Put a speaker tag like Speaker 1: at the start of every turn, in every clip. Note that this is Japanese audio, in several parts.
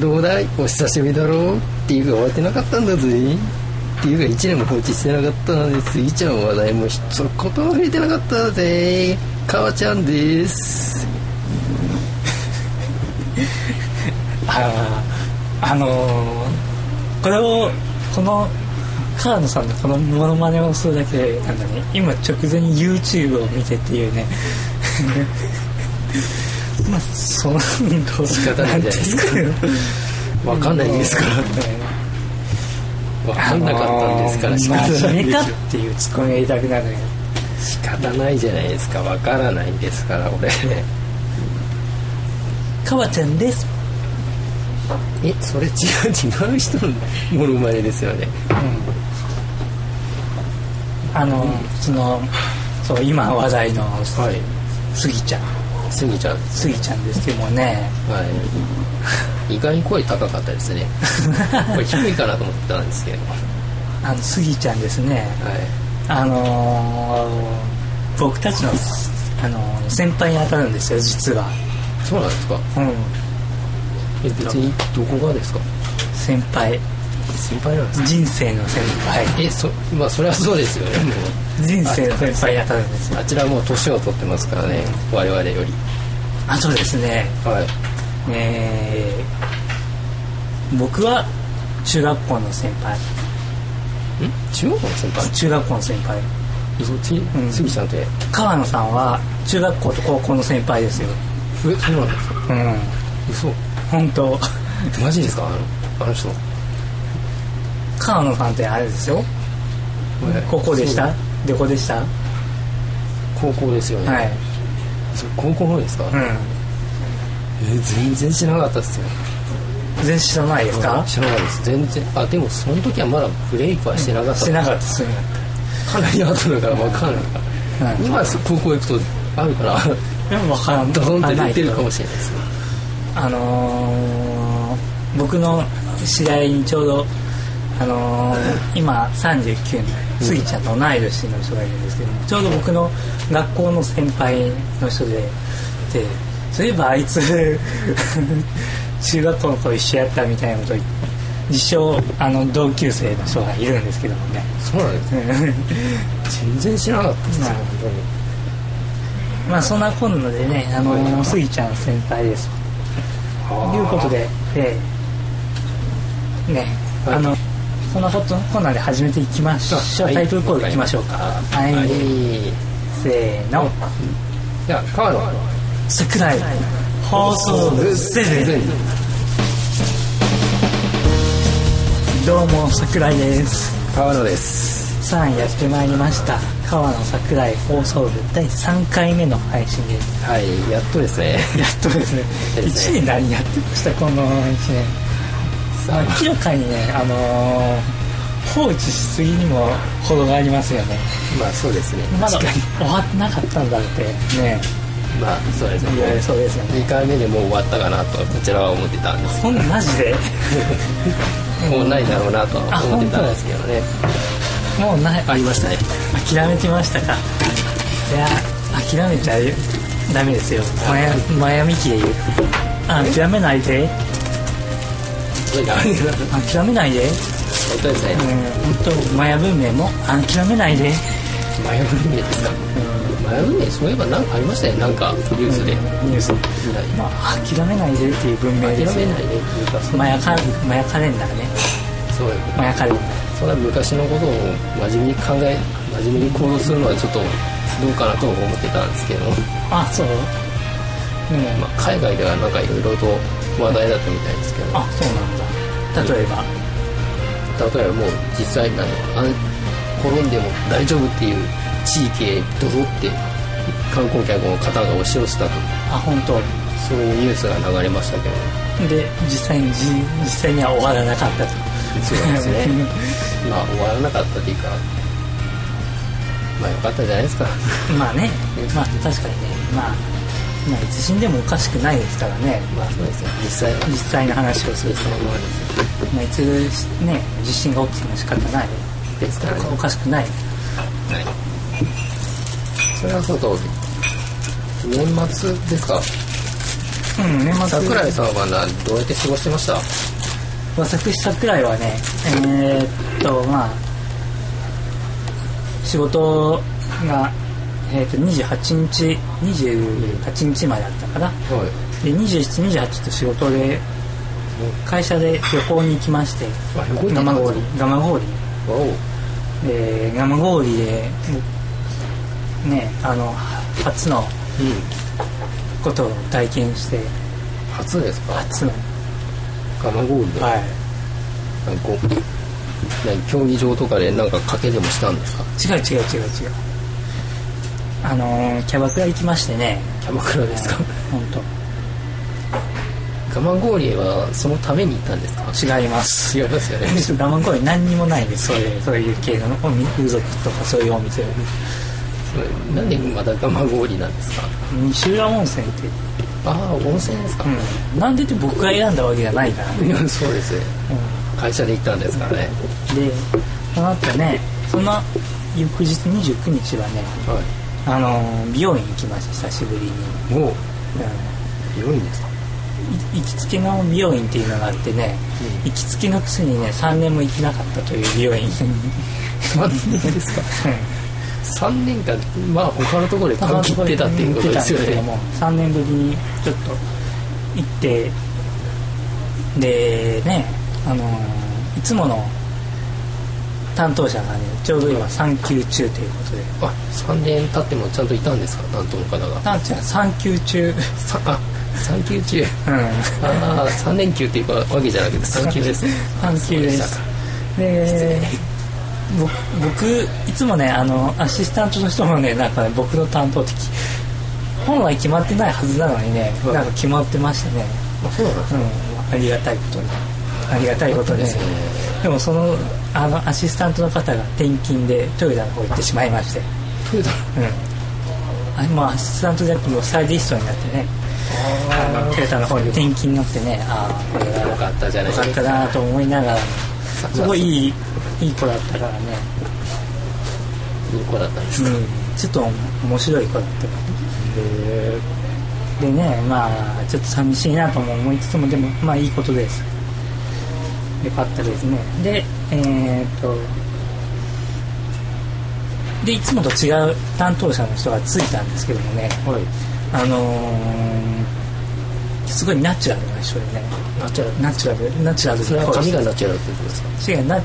Speaker 1: どうだいお久しぶりだろうっていうが終わってなかったんだぜっていうが1年も放置してなかったので杉ちゃんの話題も一言も触れてなかったぜかわちゃんです
Speaker 2: あーあのーこれをこの川野さんのこのモノマネをするだけでなんだね今直前に YouTube を見てっていうね まあその仕
Speaker 1: 方ないんじゃないですかわかんないですからわかんなかったんですから仕
Speaker 2: 仕
Speaker 1: 方
Speaker 2: 方
Speaker 1: なで
Speaker 2: ないいですす
Speaker 1: よ
Speaker 2: よっていうツッコミが言いたくなるよ
Speaker 1: 仕方ないじゃないですかわからないんですから俺
Speaker 2: かわちゃんです
Speaker 1: えそれ違う違う人のモノマネですよね
Speaker 2: うんあの、そのそう今話題の
Speaker 1: はい
Speaker 2: スギちゃん
Speaker 1: 杉ちゃん
Speaker 2: スギちゃんですけどもね
Speaker 1: はい意外に声高かったですねこれ低いかなと思ったんですけどは
Speaker 2: あのスギちゃんですね
Speaker 1: い
Speaker 2: あのー僕たちの、あのー先輩に当たるんですよ実は、
Speaker 1: そうなんですか
Speaker 2: うん、
Speaker 1: え別にどこがですか
Speaker 2: 先輩
Speaker 1: 先輩なんですか
Speaker 2: 人生の先輩
Speaker 1: えそまあそれはそうですよねもう
Speaker 2: 人生の先輩に当たるんですよ
Speaker 1: あちらもう年を取ってますからね我々より
Speaker 2: あとですね
Speaker 1: はい
Speaker 2: えー僕は中学校の先輩
Speaker 1: ん中国の先輩
Speaker 2: 中学校の先輩
Speaker 1: そっち、
Speaker 2: ん
Speaker 1: 杉ちゃんってえ
Speaker 2: 川野さんは中学校と高校の先輩ですよ
Speaker 1: そうなんですか
Speaker 2: うん
Speaker 1: 嘘
Speaker 2: 本当
Speaker 1: マジですかあのあの人
Speaker 2: 川野さんってあれですよ高校でしたどこでしたは
Speaker 1: 高校ですよね、
Speaker 2: い
Speaker 1: そ高校のですか、
Speaker 2: う
Speaker 1: え全然知らなかったですよ
Speaker 2: ん全然知らないですか
Speaker 1: 知らないです全然あでもその時はまだブレイクはしてなかった、
Speaker 2: してなかったですね
Speaker 1: かなり後だから分かんないから、
Speaker 2: うん
Speaker 1: 今高校行くとあるから
Speaker 2: でも分からん
Speaker 1: ド
Speaker 2: と
Speaker 1: ドンっ
Speaker 2: か
Speaker 1: て
Speaker 2: な
Speaker 1: 出
Speaker 2: い
Speaker 1: て
Speaker 2: け
Speaker 1: る
Speaker 2: ど
Speaker 1: かもしれないですね
Speaker 2: あのー僕の知り合いにちょうどあのー今39のスギちゃんと同い年の人がいるんですけどもちょうど僕の学校の先輩の人ででそういえばあいつ 中学校の頃一緒やったみたいなことを自称あの同級生の人がいるんですけどもね
Speaker 1: そうなんです全然知らなかったですよ、
Speaker 2: まあまあそんなこんなでね、あのー、スギちゃん先輩です。ということで、えーね、
Speaker 1: はい
Speaker 2: あの、そんなこと、こんなんで始めていきましょう。
Speaker 1: はい
Speaker 2: タイトルコールいきましょうか。はい。
Speaker 1: はい
Speaker 2: せーの。
Speaker 1: じゃあ川野
Speaker 2: 桜井放送部セブンどうも、桜井です。
Speaker 1: 川野です
Speaker 2: さあ、やってまいりました。川野桜井放送部第3回目の配信です。
Speaker 1: はいやっとですね
Speaker 2: やっとですね。
Speaker 1: そうですね
Speaker 2: 1年何やってました、この1年。
Speaker 1: さ
Speaker 2: 明らかにね、あのー放置しすぎにも程がありますよね
Speaker 1: あまあそうですね
Speaker 2: まだ
Speaker 1: 確かに
Speaker 2: 終わってなかったんだってね
Speaker 1: まあそうですね
Speaker 2: 言われそうですよね
Speaker 1: 2回目でもう終わったかなとこちらは思ってたんです
Speaker 2: ほんマジで
Speaker 1: もうないだろうなとは思ってたんですけどね
Speaker 2: もうない
Speaker 1: ありましたね
Speaker 2: 諦めてましたかいや諦めちゃダメですよ前前向きで言うあ諦めないで
Speaker 1: そうだね
Speaker 2: 諦めないで
Speaker 1: 本当ですね
Speaker 2: うん本当マヤ文明も諦めないで
Speaker 1: マヤ文明ですかマヤ文明そういえば何かありましたよなんかニュースで
Speaker 2: ニュースまあ諦めないでっていう文明
Speaker 1: 諦めな
Speaker 2: で
Speaker 1: い
Speaker 2: す
Speaker 1: で
Speaker 2: よね
Speaker 1: っていうかそんな
Speaker 2: マヤカマヤカレンダーね
Speaker 1: そう
Speaker 2: マヤカレンダー
Speaker 1: そんな昔のことを真面目に考え真面目に行動するのはちょっとどうかなと思ってたんですけど、
Speaker 2: あそううん
Speaker 1: まあ、海外ではなんかいろいろと話題だったみたいですけど
Speaker 2: あそうなんだ例えば
Speaker 1: 例えばもう実際あのあん転んでも大丈夫っていう地域へドドって観光客の方が押し寄せたと
Speaker 2: あ本当
Speaker 1: そういうニュースが流れましたけど
Speaker 2: で実際にじ実際には終わらなかったと
Speaker 1: そうですね
Speaker 2: うん
Speaker 1: まあ終わらなかったというかまあよかったじゃないですか
Speaker 2: まあねまあ確かにねまあまあいつ死んでもおかしくないですからね
Speaker 1: まあそうですね実際は
Speaker 2: 実際の話をす
Speaker 1: そう
Speaker 2: ると、
Speaker 1: ですよ
Speaker 2: まあ、いつね地震が起きても仕方ない
Speaker 1: ですからね
Speaker 2: おかしくない
Speaker 1: はいそれはそうと年末ですか
Speaker 2: うん、年末
Speaker 1: 桜井さんはなどうやって過ごしてました
Speaker 2: 私桜井はねえーっとまあ仕事が、えーっと28日28日まであったかな
Speaker 1: はい
Speaker 2: で2728と仕事で会社で旅行に行きまして
Speaker 1: あ旅行行ってた
Speaker 2: 蒲
Speaker 1: んです
Speaker 2: 郡蒲郡
Speaker 1: わお
Speaker 2: で蒲郡でねあの初の
Speaker 1: うん
Speaker 2: ことを体験して
Speaker 1: 初ですか
Speaker 2: 初の
Speaker 1: ガマゴールドなんか
Speaker 2: はい
Speaker 1: こう何競技場とかでなんか賭けでもしたんですか
Speaker 2: 違う違う違う違うあのーキャバクラ行きましてね
Speaker 1: キャバクラですか
Speaker 2: 本
Speaker 1: ガマゴーリエはそのために行ったんですか
Speaker 2: 当違います
Speaker 1: 違いますよね
Speaker 2: 我慢公園何にもないんですそういうそういう系のおみ風俗とかそういうお店
Speaker 1: なんでまだガマゴーリエなんですか
Speaker 2: 西浦温泉って、
Speaker 1: ああ温泉ですか、
Speaker 2: うん、なんでって僕が選んだわけじゃないから、
Speaker 1: いや そうです会社で行ったんですからね
Speaker 2: うん、でその後ねその翌日29日はね、
Speaker 1: は
Speaker 2: あのー美容院行きました久しぶりに、
Speaker 1: いもう
Speaker 2: うん
Speaker 1: 良いんですか
Speaker 2: い行きつけの美容院っていうのがあってね、
Speaker 1: う
Speaker 2: 行きつけのくせにね3年も行けなかったという美容 院
Speaker 1: まあですか3年間まあ他のところで
Speaker 2: たま
Speaker 1: 髪切ってたっていうことですよ
Speaker 2: 行ってた
Speaker 1: ね
Speaker 2: んですけども3年ぶりにちょっと行ってでねあのーいつもの担当者がねちょうど今産休中ということで
Speaker 1: あ3年経ってもちゃんといたんですか担当の方が
Speaker 2: 担当者は産休中
Speaker 1: さあ産休中
Speaker 2: うん
Speaker 1: ああ3連休っていうわけじゃなくて産休ですね
Speaker 2: 半球ですでぼ僕いつもねあのアシスタントの人もねなんかね僕の担当的本来決まってないはずなのにね
Speaker 1: はい
Speaker 2: なんか決まってましたね、
Speaker 1: あそうなんです
Speaker 2: うん、ありがたいことにありがたいことに
Speaker 1: ですね
Speaker 2: でもそのあのアシスタントの方が転勤でトヨタの方行ってしまいまして、
Speaker 1: トヨタ
Speaker 2: うんあまあ、アシスタントじゃなくてもうスタイリストになってねあのトヨタの方に転勤になってねああこれは
Speaker 1: よかったじゃない
Speaker 2: よ
Speaker 1: で
Speaker 2: かっ
Speaker 1: す
Speaker 2: た
Speaker 1: か
Speaker 2: なと思いながらすごい
Speaker 1: い
Speaker 2: いいいい子だったからね、
Speaker 1: い子だったんです
Speaker 2: う
Speaker 1: か
Speaker 2: ん、ちょっと面白い子だったでねまあちょっと寂しいなとも思いつつもでもまあいいことですよかったですねでえーっとでいつもと違う担当者の人がついたんですけどもね
Speaker 1: はい
Speaker 2: あのーすごいナチュラルな人でね
Speaker 1: ナチュラル
Speaker 2: ナチュラルナチュラル
Speaker 1: それ
Speaker 2: な
Speaker 1: は
Speaker 2: 子で
Speaker 1: 髪
Speaker 2: し
Speaker 1: がナチュラルってことですか
Speaker 2: 違うな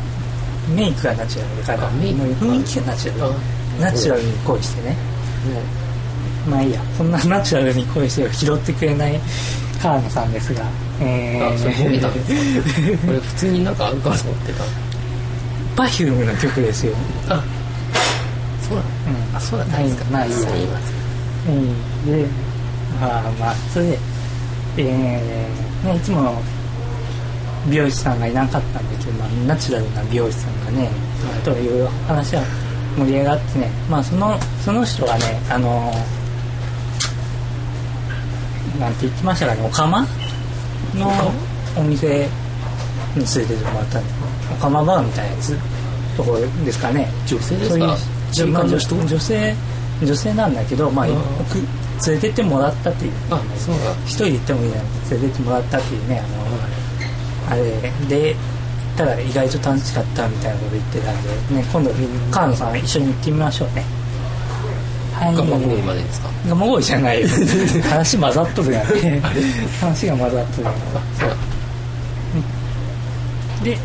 Speaker 2: メイクがナチュラルだから
Speaker 1: あメイク
Speaker 2: 雰囲気がナチュラル
Speaker 1: あ
Speaker 2: ナチュラルに恋してねまあいいやそんなナチュラルに恋してを拾ってくれない川野さんですがえ
Speaker 1: あそれ褒めたんです
Speaker 2: ー、
Speaker 1: これ普通になんかあるかと思って
Speaker 2: パフュームの曲ですよ、
Speaker 1: たあそうなん
Speaker 2: うん
Speaker 1: あそうだったんですか
Speaker 2: まあいいや
Speaker 1: そう言います
Speaker 2: うんでまあまあそれでえーね、いつもの美容師さんがいなかったんだけど、まあ、ナチュラルな美容師さんがねといろいろ話が盛り上がってね、まあ、そのその人はねあのなんて言ってましたかねおかまのお店に連れてってもらったんでおかまバーみたいなやつところですかね
Speaker 1: 女性ですか
Speaker 2: そういう
Speaker 1: 中間の
Speaker 2: 女
Speaker 1: 人
Speaker 2: 女性女性なんだけど、まあ、
Speaker 1: あー
Speaker 2: 僕連れてってもらったっていう
Speaker 1: あそうなん
Speaker 2: 一人で行ってもいいなって連れてってもらったっていうねあの、あれで行ったら意外と楽しかったみたいなこと言ってたんで、ね、今度川野さん一緒に行ってみましょうねはい
Speaker 1: ガマゴールまでですか
Speaker 2: ガマゴイじゃないよ話混ざっとるやん話が混ざっとるやん
Speaker 1: あそうだ
Speaker 2: で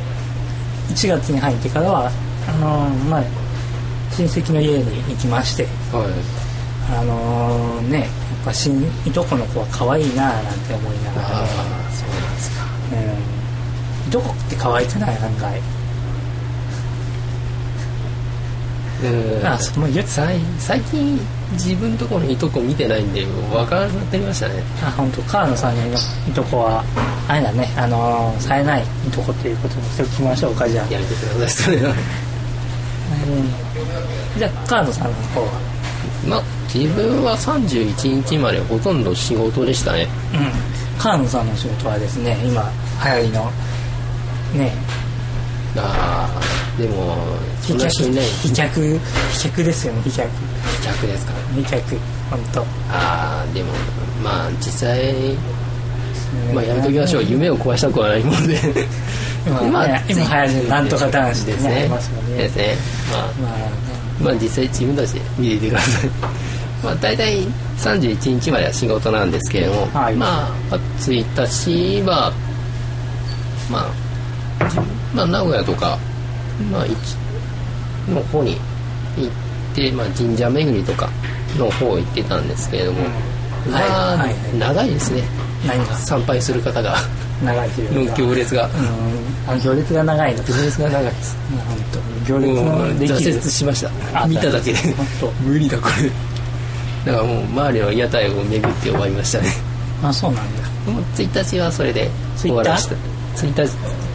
Speaker 2: 1月に入ってからはあのーまあ親戚の家に行きまして
Speaker 1: はい
Speaker 2: あのーねやっぱしんいとこの子は可愛いなぁなんて思いながらね、
Speaker 1: ああそうなんですか
Speaker 2: うん、いとこって可愛くない案外、
Speaker 1: うん
Speaker 2: あそもう言っ
Speaker 1: 最最近自分とこのいとこ見てないんで分からなくなってきましたね
Speaker 2: あ本当川野さんのいとこはあれだねあのー冴えないいとこっていうことにしておきましょうかじゃあ、
Speaker 1: やめてください それは
Speaker 2: うんじゃあ川野さんの方は
Speaker 1: まあ自分は31日までほとんど仕事でしたね
Speaker 2: うん川野さんの仕事はですね今流行りのね
Speaker 1: ああでもそんな人いない
Speaker 2: 飛脚飛脚ですよね飛脚
Speaker 1: 客ですから
Speaker 2: 飛脚本当
Speaker 1: ああでもまあ実際
Speaker 2: ですね
Speaker 1: まあやめときましょう夢を壊したくはないもんで
Speaker 2: 今
Speaker 1: 今は
Speaker 2: ね、今流行るなんとか男子で
Speaker 1: ですす
Speaker 2: ねあ
Speaker 1: ね
Speaker 2: りますよ
Speaker 1: で
Speaker 2: ね
Speaker 1: すねまあ
Speaker 2: まあね
Speaker 1: まあ実際自分たちで見ていてくださいまあ大体31日までは仕事なんですけれども、
Speaker 2: はい
Speaker 1: まあ1日はまあまあ名古屋とか、まあ、一の方に行って、まあ、神社巡りとかの方行ってたんですけれども、
Speaker 2: うん
Speaker 1: まあ、
Speaker 2: はいはい
Speaker 1: 長いですね
Speaker 2: 何が
Speaker 1: 参拝する方が
Speaker 2: 長いという
Speaker 1: の
Speaker 2: か
Speaker 1: 行列が
Speaker 2: うんあの行列が長いの
Speaker 1: 行列が長いです
Speaker 2: うん本当行列
Speaker 1: もう
Speaker 2: のでき
Speaker 1: 挫
Speaker 2: る
Speaker 1: 折しまし
Speaker 2: あ
Speaker 1: た見ただけで
Speaker 2: 本当
Speaker 1: 無理だこれだからもう周りの屋台を巡って終わりましたね
Speaker 2: あそうなんだ
Speaker 1: もう1日はそれで終わりました1日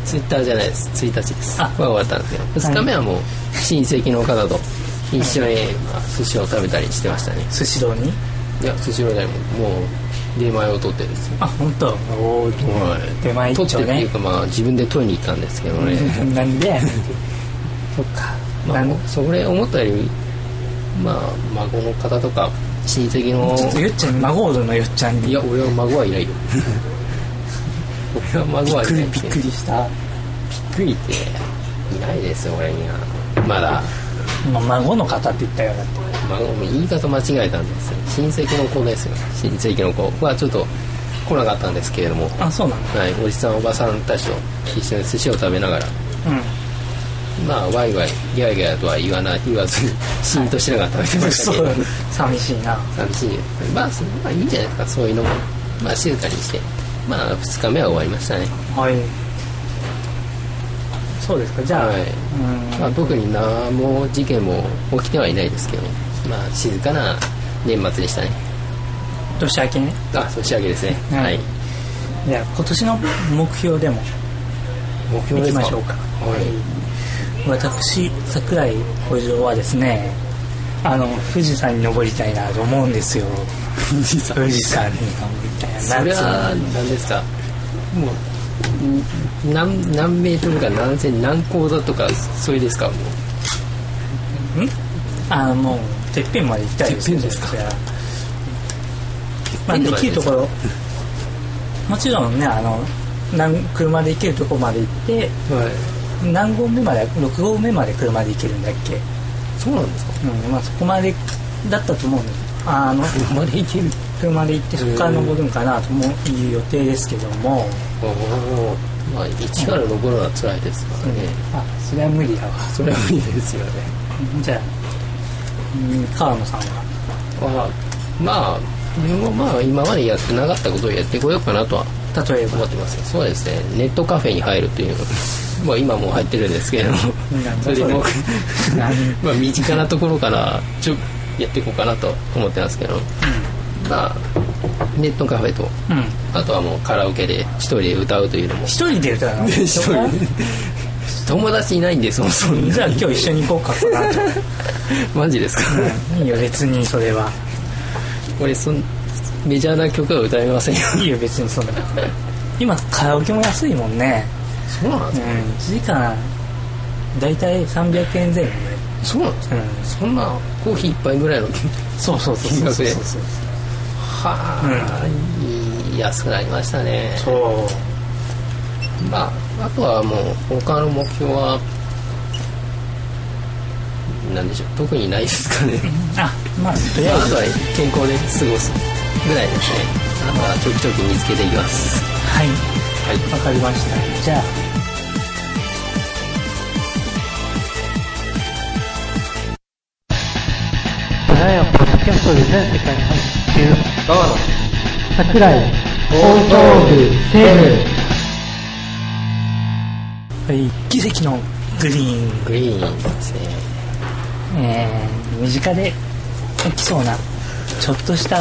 Speaker 1: ツイッターじゃないです1日です
Speaker 2: あ
Speaker 1: は終わったんですけど2日目はもう親戚の方と一緒にまあ寿司を食べたりしてましたね
Speaker 2: スシローに
Speaker 1: いや寿司はねもう出前を取ってですね
Speaker 2: あ本当おお
Speaker 1: はい
Speaker 2: 出前一
Speaker 1: 取って
Speaker 2: 丁
Speaker 1: ってい
Speaker 2: ね
Speaker 1: うかまあ自分で取りに行ったんですけどね
Speaker 2: なんでそっか
Speaker 1: ま
Speaker 2: な
Speaker 1: あ
Speaker 2: ん
Speaker 1: それ思ったよりまあ孫の方とか親戚の
Speaker 2: ちょっとよっちゃんに孫おるのよっちゃんに
Speaker 1: いや俺は孫はいない よ俺は
Speaker 2: び
Speaker 1: 孫
Speaker 2: っ
Speaker 1: はい
Speaker 2: く
Speaker 1: な
Speaker 2: り
Speaker 1: い
Speaker 2: びっくりした、
Speaker 1: くりっていないですよ俺にはまだ
Speaker 2: まあ、孫の方って言ったよだって
Speaker 1: 孫も言い方間違えたんですよ親戚の子ですよ親戚の子はちょっと来なかったんですけれども
Speaker 2: あそうなんだ
Speaker 1: はい、おじさんおばさんたちと一緒に寿司を食べながら
Speaker 2: うん
Speaker 1: まあワイワイギャーギャーとは言わない言わず にシーンとしながら食べてました
Speaker 2: そ
Speaker 1: けど、
Speaker 2: う寂しいな
Speaker 1: 寂しいですまあそまあいいんじゃないですかそういうのもまあ静かにしてまあ2日目は終わりましたね
Speaker 2: はいそうですかじゃあ、
Speaker 1: はいうまあ、
Speaker 2: ん
Speaker 1: 特に何も事件も起きてはいないですけど、まあ、静かな年末でしたね
Speaker 2: 年明けね
Speaker 1: あ年明けですね、
Speaker 2: うん
Speaker 1: はい
Speaker 2: じゃあ今年の目標でも
Speaker 1: 目
Speaker 2: いきましょうかはい私桜井小次郎はですねあの富士山に登りたいなと思うんですよ富士山富士山に登りたいな
Speaker 1: それは
Speaker 2: 夏に
Speaker 1: 何ですかもうん何何メートルか何千何高だとかそれですかもう
Speaker 2: あのもうてっぺんまで行きたいですね
Speaker 1: てっぺんですか
Speaker 2: それはまあ
Speaker 1: てっぺん
Speaker 2: で
Speaker 1: まで
Speaker 2: きるところもちろんねあのなん車で行けるとこまで行って
Speaker 1: はい
Speaker 2: 何合目まで6合目まで車で行けるんだっけ、
Speaker 1: そうなんですか
Speaker 2: うんまあ、そこまでだったと思うんですあの
Speaker 1: 生まれいける
Speaker 2: 車で行ってそこから登るんかなともいう予定ですけども、
Speaker 1: おおまあ一から登るのは辛いですからね、
Speaker 2: あそれは無理だわ
Speaker 1: それは無理ですよね
Speaker 2: じゃあうん川野さんは
Speaker 1: あまあ自分もまあ今までやってなかったことをやってこようかなとは
Speaker 2: 例えば
Speaker 1: 思ってますよそうですねネットカフェに入ると いうまあ今もう入ってるんですけれども
Speaker 2: なんだ
Speaker 1: それでも
Speaker 2: それなん
Speaker 1: まあ身近なところからちょやっていこうかなと思ってますけどまあネットカフェと
Speaker 2: うん、うん、
Speaker 1: あとはもうカラオケで一人で歌うというのも
Speaker 2: 一人で歌うの
Speaker 1: 一人 友達いないんでそもそも
Speaker 2: じゃあ今日一緒に行こうかな と
Speaker 1: マジですか
Speaker 2: いいよ別にそれは
Speaker 1: 俺そんメジャーな曲は歌えませんよ
Speaker 2: いいよ別にそんな今カラオケも安いもんね
Speaker 1: そうなん
Speaker 2: うん1時間大体300円前後
Speaker 1: そうなんです
Speaker 2: で、
Speaker 1: か
Speaker 2: うん、
Speaker 1: そんなコーヒー一杯ぐらいの
Speaker 2: そうそうそう
Speaker 1: 金
Speaker 2: そう
Speaker 1: 額
Speaker 2: そう
Speaker 1: で
Speaker 2: そう
Speaker 1: はあ、いい安くなりましたね
Speaker 2: そう
Speaker 1: まああとはもう他の目標はなんでしょう特にないですかね
Speaker 2: あまあとり
Speaker 1: ま
Speaker 2: あ
Speaker 1: あ
Speaker 2: え
Speaker 1: あ
Speaker 2: ず
Speaker 1: とは健康で過ごすぐらいですねあとはちょくちょく見つけていきます
Speaker 2: はい
Speaker 1: はい
Speaker 2: わかりましたじゃあ
Speaker 3: ドラヤポッドキャストで全世界発信中。桜井、放送部、セーブ。
Speaker 2: はい奇跡のグリーン
Speaker 1: グリーンですね
Speaker 2: えー身近で起きそうなちょっとした、え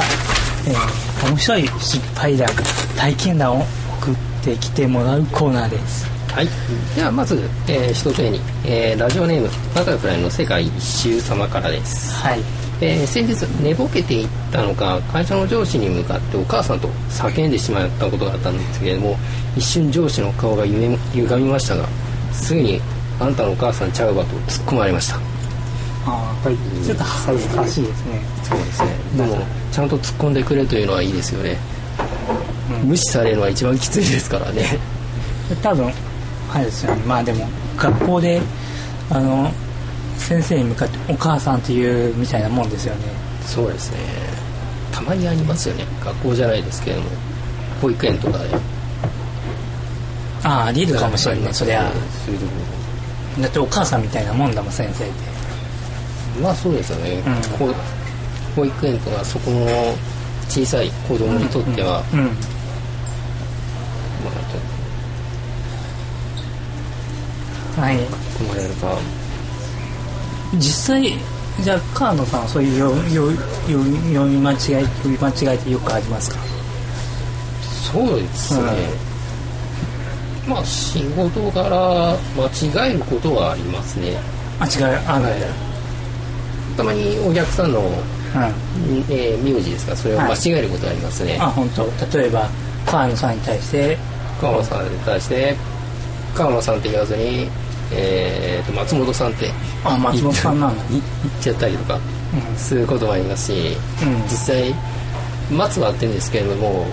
Speaker 2: ー面白い失敗談体験談を送ってきてもらうコーナーです
Speaker 1: はいではまず、えー、1つ目に、えーラジオネーム「バタフライの世界一周様」からです
Speaker 2: はい
Speaker 1: えー先日寝ぼけていったのか会社の上司に向かってお母さんと叫んでしまったことがあったんですけれども一瞬上司の顔が歪み歪みましたがすぐに「あんたのお母さんちゃうわ」と突っ込まれました
Speaker 2: ああこれちょっと恥ずかしいですね
Speaker 1: そうですねでもちゃんと突っ込んでくれというのはいいですよね
Speaker 2: うん
Speaker 1: 無視されるのが一番きついですからね
Speaker 2: 多分あれですよねまあでも学校であの先生に向かって「お母さん」って言うみたいなもんですよね
Speaker 1: そうですねたまにありますよね学校じゃないですけれども保育園とかで
Speaker 2: ああリードかもしれないそりゃ
Speaker 1: そういうとこ
Speaker 2: だってお母さんみたいなもんだもん先生って
Speaker 1: ろまあそうですよね、
Speaker 2: うん
Speaker 1: こう保育園とかそこの小さい子供にとっては、
Speaker 2: うん、うん
Speaker 1: まあちょっ
Speaker 2: はい
Speaker 1: と困れるか
Speaker 2: 実際じゃあ川野さんはそういう読読読読み間違い読み間違いってよくありますか
Speaker 1: そうですね、まあ仕事柄間違えることはありますね
Speaker 2: あ違うあの、はい
Speaker 1: たまにお客さんの、えー名字ですかそれを間違えることがありますね、
Speaker 2: あ本当例えば川野さんに対して
Speaker 1: 川野さんに対して川野さんって言わずに、えーと松本さんって
Speaker 2: 「あ松本さんなんだ」
Speaker 1: い言っちゃったりとか
Speaker 2: うん
Speaker 1: することもありますし
Speaker 2: うん
Speaker 1: 実際松はあってるんですけれども、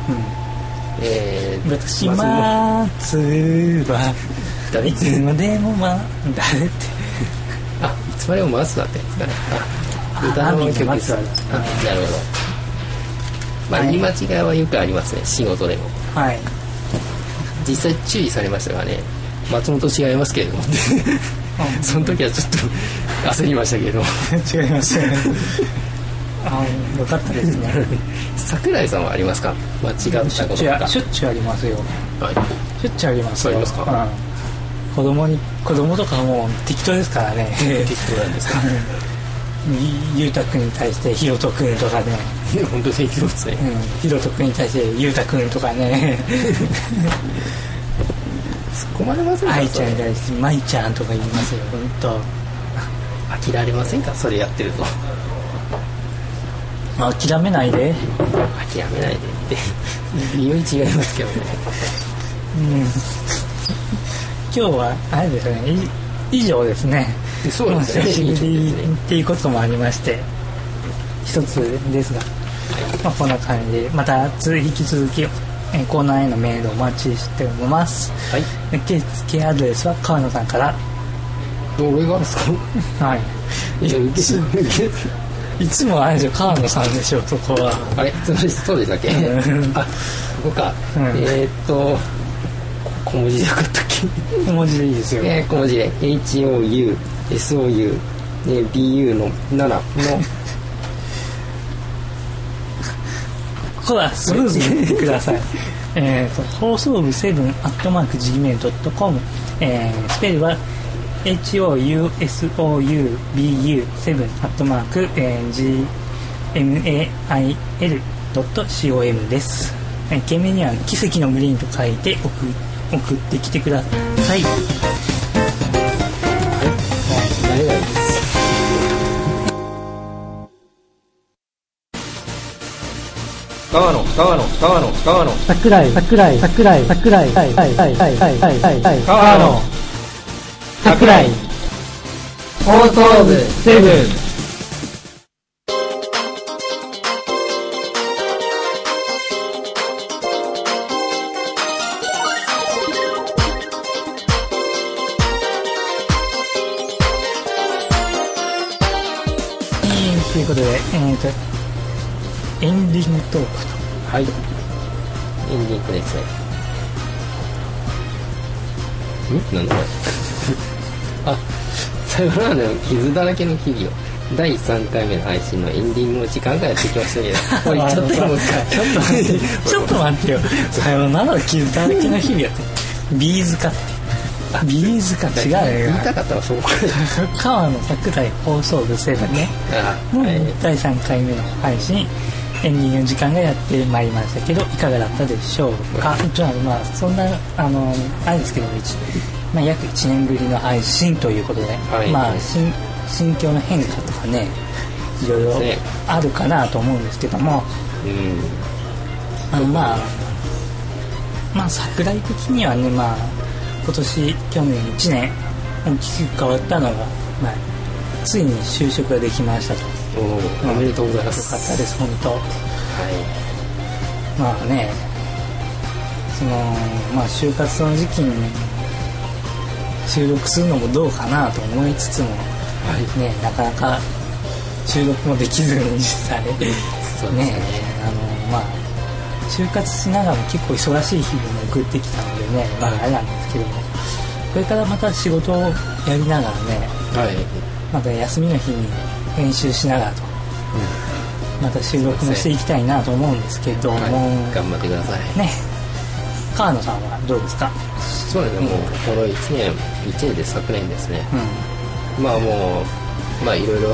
Speaker 1: えー
Speaker 2: 私
Speaker 1: 松本
Speaker 2: まつば
Speaker 1: 誰
Speaker 2: いつまでもま誰って
Speaker 1: あいつまでも松だってんですかねあ
Speaker 2: あ
Speaker 1: 歌の曲です
Speaker 2: ア
Speaker 1: あ
Speaker 2: ンビの松だ
Speaker 1: なるほどまあ
Speaker 2: はい
Speaker 1: 言い間違いはよくありますね仕事でも
Speaker 2: はい
Speaker 1: 実際注意されましたからね松本違いますけれども ってその時はちょっと焦りましたけれども
Speaker 2: 違いましたねあよかったですね
Speaker 1: 桜井さんはありますか間違っ
Speaker 2: しょ
Speaker 1: た
Speaker 2: っ
Speaker 1: こ
Speaker 2: ち
Speaker 1: と
Speaker 2: ゅう
Speaker 1: と
Speaker 2: あ
Speaker 1: か
Speaker 2: しょっちゅうありますよ
Speaker 1: はい
Speaker 2: しょっちゅうありますよ
Speaker 1: ありますか
Speaker 2: うん、子供に子供とかもう適当ですからね
Speaker 1: 適当なんですか
Speaker 2: ゆうたくんに対してひろとくんとかね、
Speaker 1: 本当に適当ですね
Speaker 2: うん、ひろとくんに対してゆうたくんと かね
Speaker 1: 突っ込まれませんか
Speaker 2: 愛ちゃんに
Speaker 1: それ
Speaker 2: 対してまいちゃんとか言いますよ本当。
Speaker 1: 飽きられませんかそれやってる と
Speaker 2: まあ諦めないで
Speaker 1: 諦めないでって匂い違いますけどね
Speaker 2: うん今日はあれですねい以上ですね
Speaker 1: そうです ね
Speaker 2: 久しぶ
Speaker 1: 以上
Speaker 2: り
Speaker 1: ですね
Speaker 2: っていうこともありまして一つですが、まあ、こんな感じでまたつ引き続きえーコーナーへのメールお待ちしております
Speaker 1: はい
Speaker 2: 受付アドレスは川野さんから
Speaker 1: 俺がですか
Speaker 2: はい
Speaker 1: いや受け受け
Speaker 2: いつもあれでしょ川野さんでしょそこは
Speaker 1: あれそうでしたそうでしたっけ
Speaker 2: うん
Speaker 1: あここか、
Speaker 2: うん
Speaker 1: えーっと小文字でよかったっけ
Speaker 2: 小文字でいいですよ、
Speaker 1: えー小文字で HOUSOU で BU の7の
Speaker 2: ほらスムーズに言ってください えーと放送部7アットマーク Gmail.com、えースペルは housoub7 アットマークえー gmail.com ですえー件名には「奇跡のグリーン」と書いて送送ってきてください
Speaker 1: 誰なんです
Speaker 4: 川野川野川野川野
Speaker 3: 桜井、桜井、桜井、桜井、はい、はい、はい、はい、はい、はい、はい、
Speaker 4: 川野
Speaker 3: 桜井、
Speaker 1: 放送部
Speaker 3: セブン。
Speaker 2: ということで、えーとエンディングトークと
Speaker 1: はいエンディングですねんなんだこれ あさよならの傷だらけの日々を第3回目の配信のエンディングの時間がやってきました けどこれ言っちゃったよもう一回
Speaker 2: ちょっと待って、ちょっと待ってよ。さよなら傷だらけの日々やって。ビーズかって。ビーズか違う
Speaker 1: 言い
Speaker 2: よ。
Speaker 1: たかったらそこから
Speaker 2: 川の桜井放送部セブンね。
Speaker 1: あ
Speaker 2: もう
Speaker 1: はい
Speaker 2: 第3回目の配信、エンディングの時間がやってまいりましたけど、いかがだったでしょうか。ちょっとまあ、そんな、あの、あれですけど、一まあ、約1年ぶりの配信ということで、
Speaker 1: い
Speaker 2: まあ、心心境の変化とかね、いろいろ
Speaker 1: そうですね
Speaker 2: あるかなと思うんですけども、
Speaker 1: うん
Speaker 2: あのまあまあ桜井的にはねまあ今年去年1年大きく変わったのが、まあ、ついに就職ができましたとよ
Speaker 1: おーおめでとうございます
Speaker 2: かったです本当
Speaker 1: は
Speaker 2: まあねその、まあ、就活の時期に収録するのもどうかなと思いつつも、ね、なかなか収録もできずに実際ね
Speaker 1: そうですね
Speaker 2: あのまあ就活しながらも結構忙しい日々も送ってきたのでね、まあ、あれなんですけどもこれからまた仕事をやりながらね
Speaker 1: はい
Speaker 2: また休みの日に編集しながらと、また収録もしていきたいなと思うんですけども、
Speaker 1: はい頑張ってください
Speaker 2: ね川野さんはどうですか、
Speaker 1: そうですねもうこの1年1年で昨年ですね
Speaker 2: うん、
Speaker 1: まあもうまあいろいろ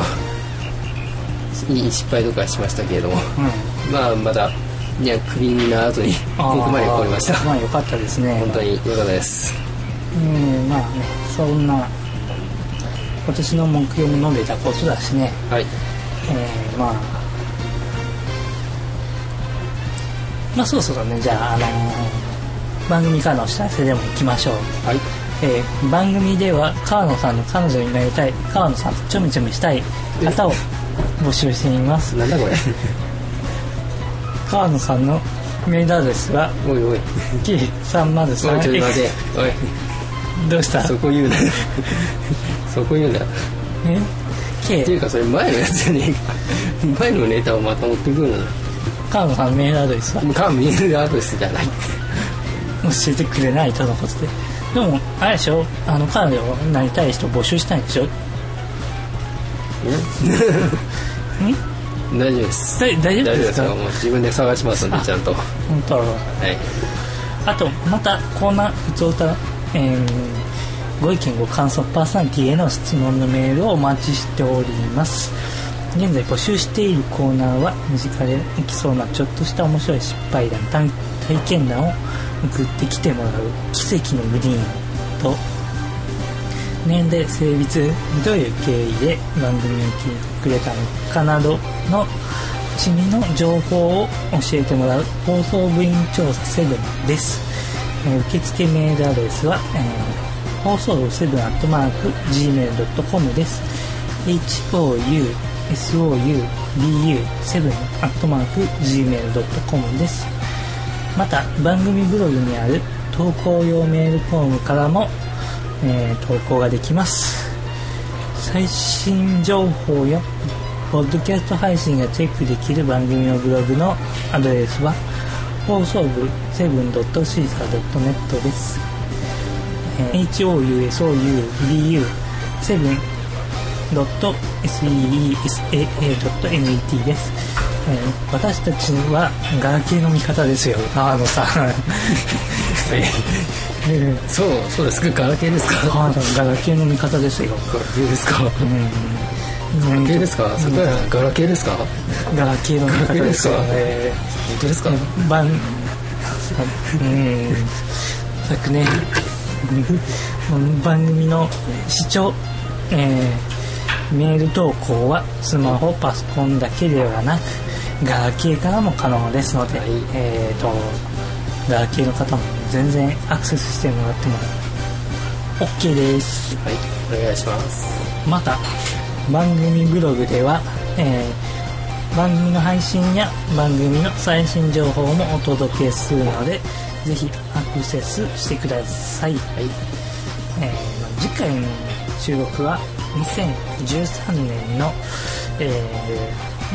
Speaker 1: いい失敗とかしましたけれども
Speaker 2: うん
Speaker 1: まあまだいやクビにならずに
Speaker 2: あー
Speaker 1: ここまで来れました
Speaker 2: まあ良かったですね
Speaker 1: 本当に良かったです
Speaker 2: うんまあねそんな今年の目標も述べたことだしね、
Speaker 1: はい
Speaker 2: えーまあまあそろそろねじゃあ、あのー番組からのお知らせでも行きましょう、
Speaker 1: はい
Speaker 2: えー番組では川野さんの彼女になりたい川野さんとちょみちょみしたい方を募集しています
Speaker 1: なんだこれ
Speaker 2: 川野さんのメールアドレスは
Speaker 1: おいおい
Speaker 2: K303X
Speaker 1: おいちょっと待っておい
Speaker 2: どうした
Speaker 1: そこ言うなそこ言うなっ
Speaker 2: え
Speaker 1: て
Speaker 2: K
Speaker 1: いうかそれ前のやつじゃねえか前のネタをまた持ってくるの
Speaker 2: 川野さんのメールアドレスは
Speaker 1: もう顔見えるアドレスじゃない
Speaker 2: 教えてくれないとのことででもあれでしょあの彼女になりたい人募集したいんでしょ
Speaker 1: 大丈夫です
Speaker 2: 大大丈夫ですか
Speaker 1: よもう自分で探しますんでちゃんとは
Speaker 2: 本当
Speaker 1: い
Speaker 2: あとまたコーナー普通歌、えーご意見ご感想パーソナリティへの質問のメールをお待ちしております現在募集しているコーナーは身近で起きそうなちょっとした面白い失敗談体体験談を送ってきてもらう奇跡のグリーンと年齢性別どういう経緯で番組を聞いてくれたのかなどの趣味の情報を教えてもらう放送部員調査7です、えー受付メールアドレスは、えー放送部 7-gmail.com です housouu7-gmail.com ですまた番組ブログにある投稿用メールフォームからも、えー投稿ができます最新情報やポッドキャスト配信がチェックできる番組のブログのアドレスは放送部 7.caesar.net です、えー housouu7 .seesaa.net です、えー私たちはガラケーの味方ですよあのさん えー
Speaker 1: そうそうですかガラケーですか
Speaker 2: あのさんガラケーの味方ですよ、
Speaker 1: ガラケーですかガ
Speaker 2: ガラ
Speaker 1: ラケーですか桜井さんガラケーですか
Speaker 2: ガラケーの味方ですよ
Speaker 1: ガラケー
Speaker 2: ね
Speaker 1: 本当ですか
Speaker 2: 晩うん昨年うん番組の視聴、えーメール投稿はスマホパソコンだけではなくガラケーからも可能ですので、えー、とガラケーの方も全然アクセスしてもらっても OK です
Speaker 1: はいお願いします
Speaker 2: また番組ブログでは、えー番組の配信や番組の最新情報もお届けするのでぜひアクセスしてください、
Speaker 1: はい
Speaker 2: えー次回の収録は2013年の、えー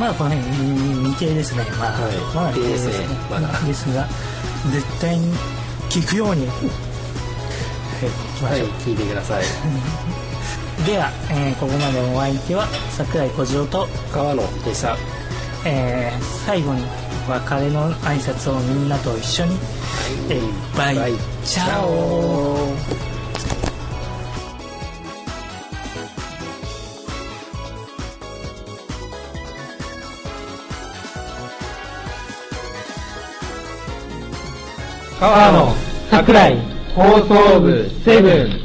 Speaker 2: まだこの辺に未定ですねまだ、
Speaker 1: はい
Speaker 2: まだ未
Speaker 1: 未定
Speaker 2: 定
Speaker 1: ですねまだ
Speaker 2: ですが絶対に聞くように、はい、聞きましょ
Speaker 1: は
Speaker 2: う、
Speaker 1: い聞いてください
Speaker 2: では、えーここまでのお相手は桜井小次郎と、
Speaker 1: 川野でした
Speaker 2: えー最後に別れの挨拶をみんなと一緒に、えーバイ
Speaker 1: バイ
Speaker 2: チャオ
Speaker 4: 川野
Speaker 3: 桜井放送部セブン